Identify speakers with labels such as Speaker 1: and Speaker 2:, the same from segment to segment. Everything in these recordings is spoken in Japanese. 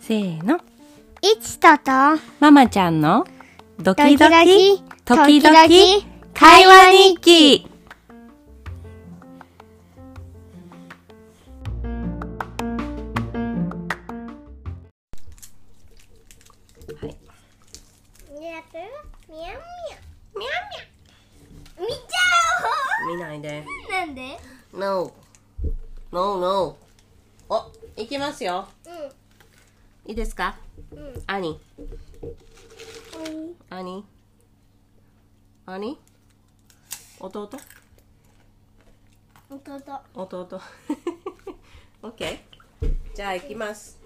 Speaker 1: せーの。
Speaker 2: いちとと、
Speaker 1: ママちゃんのドキド
Speaker 2: ド
Speaker 1: キ、時
Speaker 2: キドキ
Speaker 1: 々、会話日記。
Speaker 2: みやぷみやみや。みやみや。見ち
Speaker 3: 見ないで。
Speaker 2: ゃおうなんで
Speaker 3: No. No, no. お、行きますよ。いいですか
Speaker 2: うん
Speaker 3: 兄。
Speaker 2: うん。
Speaker 3: 兄。兄弟
Speaker 2: おとと。
Speaker 3: 弟。OK。じゃあ行きます。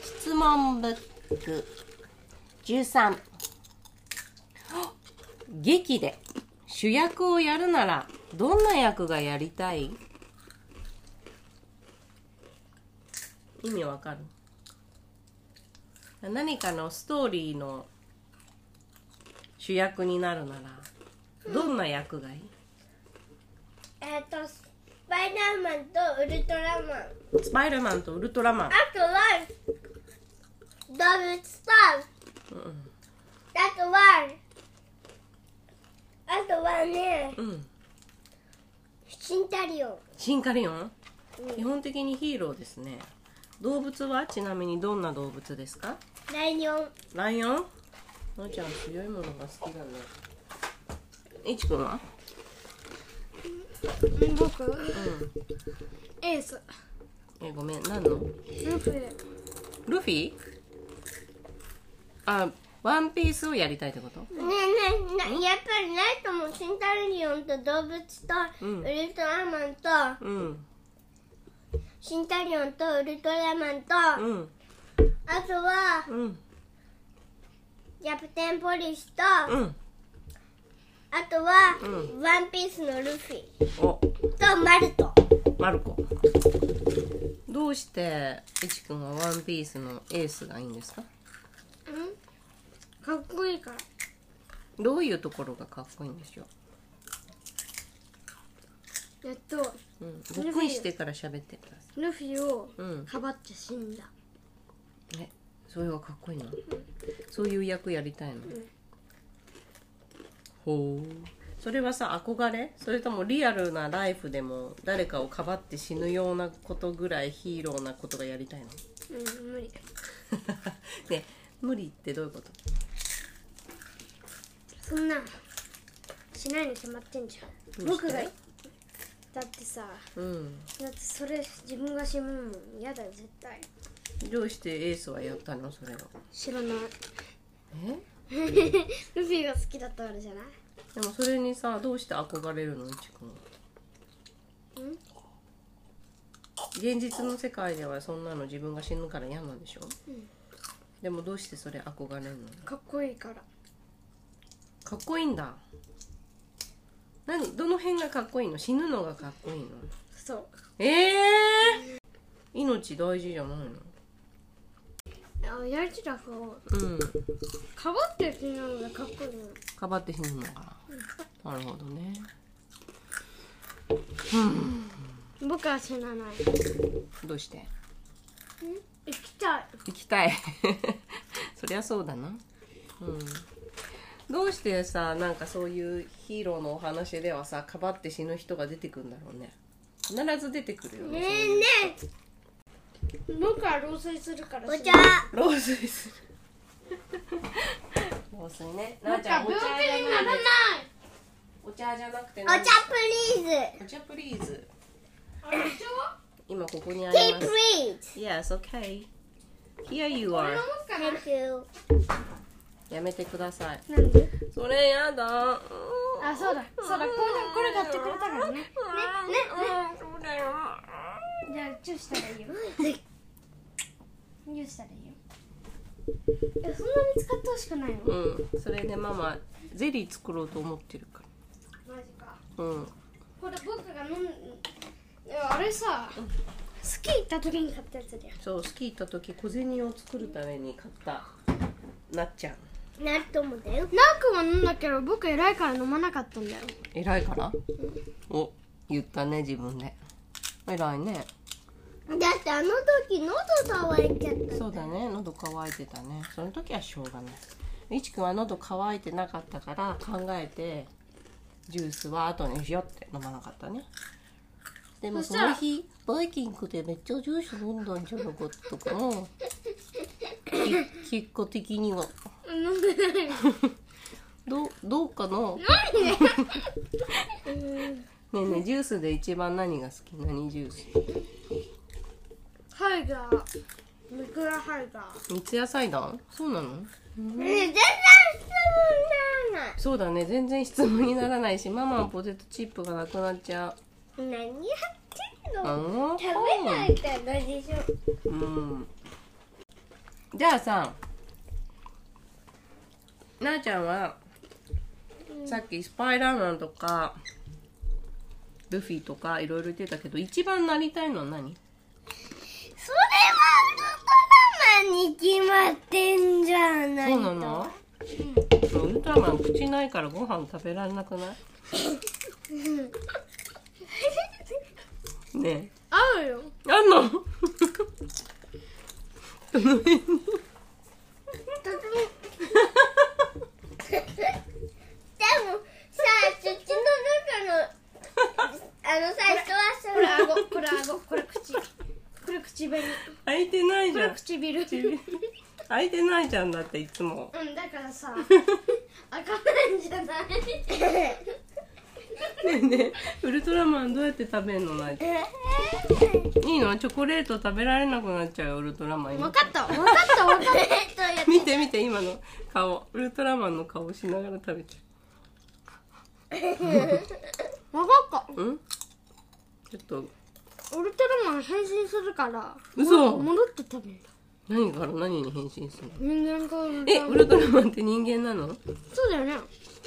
Speaker 3: 質問ブック13。劇で主役をやるならどんな役がやりたい意味わかる何かのストーリーの主役になるならどんな役がいい、
Speaker 2: えっと、スパイダーマンとウルトラマン。
Speaker 3: スパイダーマンとウルトラマン
Speaker 2: あとは、動物と、
Speaker 3: うん
Speaker 2: あとは、あとはね、
Speaker 3: うん
Speaker 2: シンタリオン。
Speaker 3: シンカリオン基本的にヒーローですね動物はちなみにどんな動物ですか
Speaker 2: ライオン。
Speaker 3: ライオンのーちゃん強いものが好きだねいちくんは
Speaker 4: 僕、エース
Speaker 3: えごめん何の
Speaker 4: ルフィ
Speaker 3: ルフィあワンピースをやりたいってこと
Speaker 2: ねえねえなやっぱりライトもシンタリオンと動物と
Speaker 3: うん
Speaker 2: ウルトラマンと、
Speaker 3: うん
Speaker 2: シンタリオンとウルトラマンと、あ
Speaker 3: うん
Speaker 2: とは
Speaker 3: うん
Speaker 2: キャプテンポリスと、あ
Speaker 3: うん
Speaker 2: とは、
Speaker 3: う
Speaker 2: ワンピースのルフィ
Speaker 3: お
Speaker 2: とマルト
Speaker 3: マルコどうしていちくんはワンピースのエースがいいんですか
Speaker 4: かっこいいから
Speaker 3: どういうところがかっこいいんでしょ
Speaker 4: やっと
Speaker 3: う、うん、ごっくりしてから喋ってくださ
Speaker 4: ルフィを
Speaker 3: いうん
Speaker 4: かばっちゃ死んだ
Speaker 3: えそれはかっこいいな、そういう役やりたいの、ほうそれはさ憧れそれともリアルなライフでも誰かをかばって死ぬようなことぐらいヒーローなことがやりたいの
Speaker 4: うん無理
Speaker 3: ね無理ってどういうこと
Speaker 4: そんなしないに決まってんじゃん
Speaker 3: どう
Speaker 4: 僕
Speaker 3: して
Speaker 4: がだってさ
Speaker 3: うん
Speaker 4: だってそれ自分が死ぬもん嫌だよ絶対
Speaker 3: どうしてエースはやったのそれを
Speaker 4: 知らない
Speaker 3: え
Speaker 4: ルフィが好きだったからじゃない
Speaker 3: でもそれにさどうして憧れるのいちくんは現実の世界ではそんなの自分が死ぬから嫌なんでしょ、でもどうしてそれ憧れるの
Speaker 4: かっこいいから
Speaker 3: かっこいいんだ何どの辺がかっこいいの死ぬのがかっこいいの
Speaker 4: そう
Speaker 3: ええー、命大事じゃないの
Speaker 4: あヤジラフを
Speaker 3: うん
Speaker 4: かばって死ぬのがかっこいいの
Speaker 3: かばって死ぬのかなるほどね
Speaker 4: 僕は死なない
Speaker 3: どうして
Speaker 4: 生きたい
Speaker 3: 行きたい そりゃそうだなうんどうしてさなんかそういうヒーローのお話ではさかばって死ぬ人が出てくるんだろうね必ず出てくるよね
Speaker 2: ねえねえ
Speaker 4: 僕は老衰するから
Speaker 2: お
Speaker 4: 死
Speaker 2: 茶
Speaker 4: なない
Speaker 3: 老衰 する老衰ねなあちゃんお茶じゃないお茶じゃなくて
Speaker 2: お茶
Speaker 3: 何
Speaker 2: プリーズ
Speaker 3: お茶プリーズ
Speaker 4: あれでしょ
Speaker 3: 今ここにあ
Speaker 2: テ
Speaker 3: り
Speaker 2: ィー
Speaker 3: ま
Speaker 2: プ
Speaker 3: す
Speaker 2: リーズ
Speaker 3: Yes, okay Here you are
Speaker 4: か
Speaker 2: Thank you
Speaker 3: やめてください
Speaker 4: なんで
Speaker 3: それやだ
Speaker 4: あそうだそうだこれこれ買ってくれたからね
Speaker 3: ねそうだよ
Speaker 4: じゃあチューしたらいいよチューしたらいいよいやそんなに使ってほしくないの
Speaker 3: うんそれでママゼリー作ろうと思ってるか
Speaker 4: マジから
Speaker 3: うん
Speaker 4: これ僕が飲んいやあれさスキー行った時に買ったやつだよ
Speaker 3: そうスキー行った時小銭を作るために買ったなっちゃん
Speaker 2: なると思うんだよ
Speaker 4: ナー君は飲んだけど僕偉いから飲まなかったんだよ
Speaker 3: 偉いからお言ったね自分で偉いね
Speaker 2: だってあの時喉乾いちゃった
Speaker 3: そうだね喉乾いてたねその時はしょうがないいちくんは喉乾いてなかったから考えてジュースは後にしようって飲まなかったねでもその日バイキングでめっちゃジュース飲んだんじゃなかったかなき結果的には
Speaker 4: 飲んでない
Speaker 3: どうどうかなねえねえジュースで一番何が好き何ジュース
Speaker 4: ハイガーミクラハイガー
Speaker 3: 三ツ矢サイダーそうなの
Speaker 2: ねえ全然質問ならない
Speaker 3: そうだね全然質問にならないしママはポテトチップがなくなっちゃう
Speaker 2: 何やってん
Speaker 3: あ
Speaker 2: の
Speaker 3: の
Speaker 2: 食べないからでしょ
Speaker 3: うんじゃあさなあちゃんはさっきスパイダーマンとかルフィとかいろいろ言ってたけど一番なりたいのは何
Speaker 2: それはウルトラマンに決まってんじゃない
Speaker 3: そうな のウルトラマン口ないからご飯食べられなくないね
Speaker 4: 合うよ
Speaker 3: えあんの どの 辺に
Speaker 2: とてもでもさ土の中のあの最初
Speaker 4: これ
Speaker 2: は
Speaker 4: 顎これ顎これ口これ唇
Speaker 3: 開いてない
Speaker 4: こ
Speaker 3: じ
Speaker 4: れ
Speaker 3: ゃん
Speaker 4: 唇
Speaker 3: 開いてないじゃんだっていつも
Speaker 4: うんだから さ開かないんじゃない
Speaker 2: それ
Speaker 3: ねえねえウルトラマンどうやって食べんのないいのチョコレート食べられなくなっちゃうよウルトラマン今
Speaker 4: 分かった分かった分かっ
Speaker 3: 見て見て今の顔ウルトラマンの顔しながら食べちゃ
Speaker 4: た分かっ
Speaker 3: ううんちょっと
Speaker 4: たウルトラマン変身するから
Speaker 3: 嘘
Speaker 4: 戻って食べる
Speaker 3: 何から何に変身するの
Speaker 4: 人間がウルト
Speaker 3: え
Speaker 4: ラ
Speaker 3: ウ
Speaker 4: マン
Speaker 3: ルトラマンって人間なの
Speaker 4: そうだよね
Speaker 2: う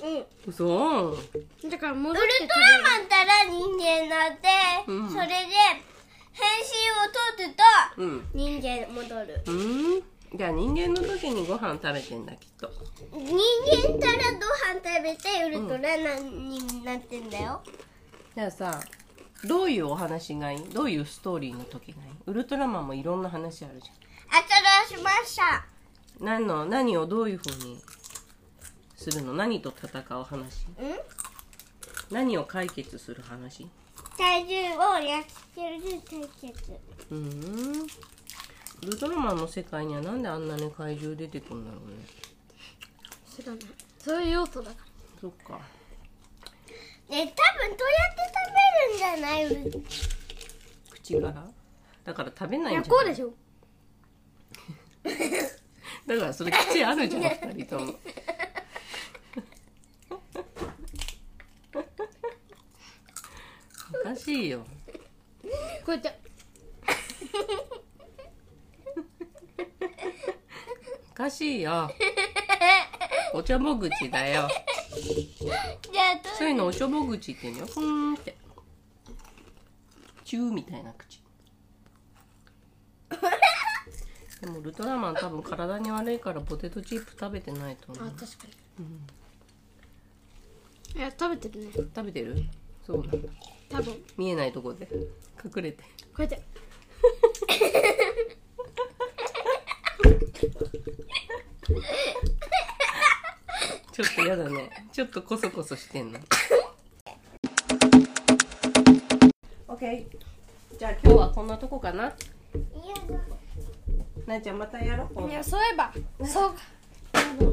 Speaker 2: ん
Speaker 3: 嘘
Speaker 4: だから戻っ
Speaker 2: ウ
Speaker 4: て
Speaker 2: ルトラマンたら人間なって、
Speaker 3: うん
Speaker 2: それで変身を取ると
Speaker 3: うん
Speaker 2: 人間戻る
Speaker 3: うんじゃあ人間の時にご飯食べてんだきっと
Speaker 2: 人間たらご飯食べてウルトラマンになってんだよ、
Speaker 3: じゃあさどういうお話がいいどういうストーリーの時がいいウルトラマンもいろんな話あるじ
Speaker 2: 新しました
Speaker 3: ゃん何の何をどういうふうにするの何と戦う話
Speaker 2: うん
Speaker 3: 何を解決する話
Speaker 2: 体重をやっつける対決
Speaker 3: うーんウルトラマンの世界にはなんであんなに怪獣出てくるんだろうね
Speaker 4: 知らないそういう要素だか
Speaker 3: そっか
Speaker 2: ね多分どうやって食べるんじゃない
Speaker 3: 口からだから食べな
Speaker 4: ら
Speaker 3: い
Speaker 4: い
Speaker 3: ん
Speaker 4: や
Speaker 3: じ
Speaker 4: こ
Speaker 3: ゃな
Speaker 4: うで
Speaker 3: い
Speaker 4: しょ
Speaker 3: だからそれ口あるじゃん二人ともおかしいよ
Speaker 4: こうやって
Speaker 3: おかしいよおちょぼ口だよ
Speaker 2: じゃあどう
Speaker 3: そういうのおちょぼ口って言うんだよふーんってチューみたいな 口でもウルトラマン多分体に悪いからポテトチップ食べてないと思
Speaker 4: あ
Speaker 3: う
Speaker 4: 確かにいや食べてるね
Speaker 3: 食べてるそうなんだ
Speaker 4: 多分こ
Speaker 3: 見えないとこで隠れて
Speaker 4: うやって
Speaker 3: ちょっとやだねちょっとコソコソしてんの OK じゃあ今日はこんなとこかない
Speaker 2: やだ
Speaker 3: なえちゃんまたやろうこ
Speaker 4: い
Speaker 3: の
Speaker 4: やそういえばそうか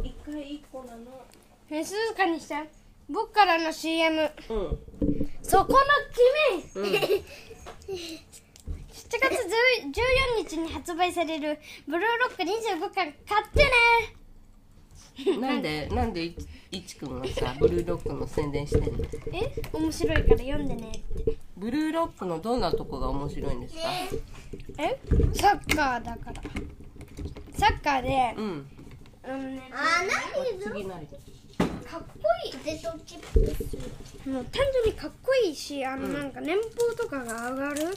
Speaker 3: 一回一個なの
Speaker 4: えー静かにして僕からの CM
Speaker 3: うん
Speaker 4: そこの君、7月10 14日に発売されるブルーロック25巻買ってね
Speaker 3: なんで、なんでいち、いちくんはさ、ブルーロックの宣伝してんの。
Speaker 4: え面白いから読んでね
Speaker 3: ブルーロックのどんなとこが面白いんですか。
Speaker 4: えサッカーだからサッカーで、
Speaker 3: うん、
Speaker 4: うんね、
Speaker 2: あ何ぞ
Speaker 3: 次なり。
Speaker 4: かっこいい
Speaker 2: ポテトチップス
Speaker 4: もう単純にかっこいいしあのなんか年俸とかが上がる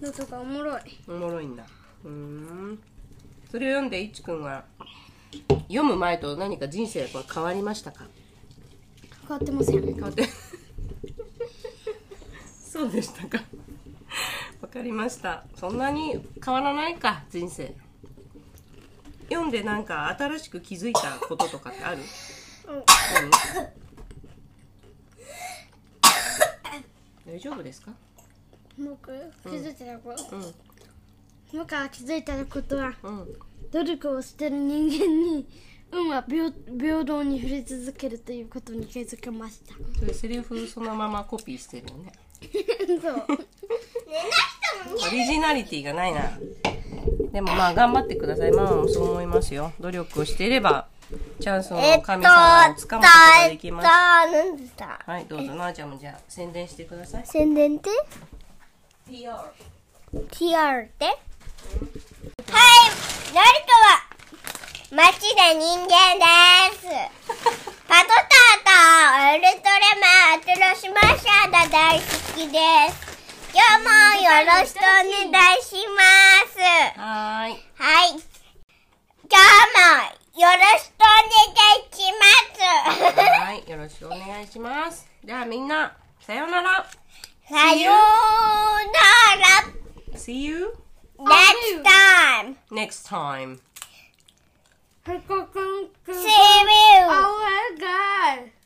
Speaker 3: うん、
Speaker 4: のとかおもろい
Speaker 3: おもろいんだ。うーん。それを読んで、いちくんは。読む前と何か人生は変わりましたか
Speaker 4: 変わってません
Speaker 3: 変わって そうでしたかわかりましたそんなに変わらないか人生読んでなんか新しく気づいたこととかってある、うん、大丈夫ですか
Speaker 4: 僕気づいてたこと、
Speaker 3: うん
Speaker 4: 僕が気づいたことは
Speaker 3: うん
Speaker 4: 努力をしてる人間に運は平平等に触れ続けるということに気づきました
Speaker 3: それセリフそのままコピーしてるよね
Speaker 4: そう
Speaker 3: オリジナリティがないな。でもまあ頑張ってください。ママもそう思いますよ。努力をしていれば、チャンスの
Speaker 2: えっと、
Speaker 3: 神様をつかむことができます。
Speaker 2: えっと、なんでした
Speaker 3: はい、どうぞ、なあちゃんもじゃあ宣伝してください。
Speaker 2: 宣伝って
Speaker 3: PR。
Speaker 2: TR ってはい誰かは町で人間ですパトターとウルトラマンアトロシマシャーが大好きです今日もよろしくお願いします
Speaker 3: はーい。
Speaker 2: はい今日もよろしくお願いします
Speaker 3: はーい、よろしくお願いします。ではみんな、さようなら。
Speaker 2: さような
Speaker 3: See you
Speaker 2: ら next time
Speaker 3: next time.
Speaker 2: see you
Speaker 4: Oh my god!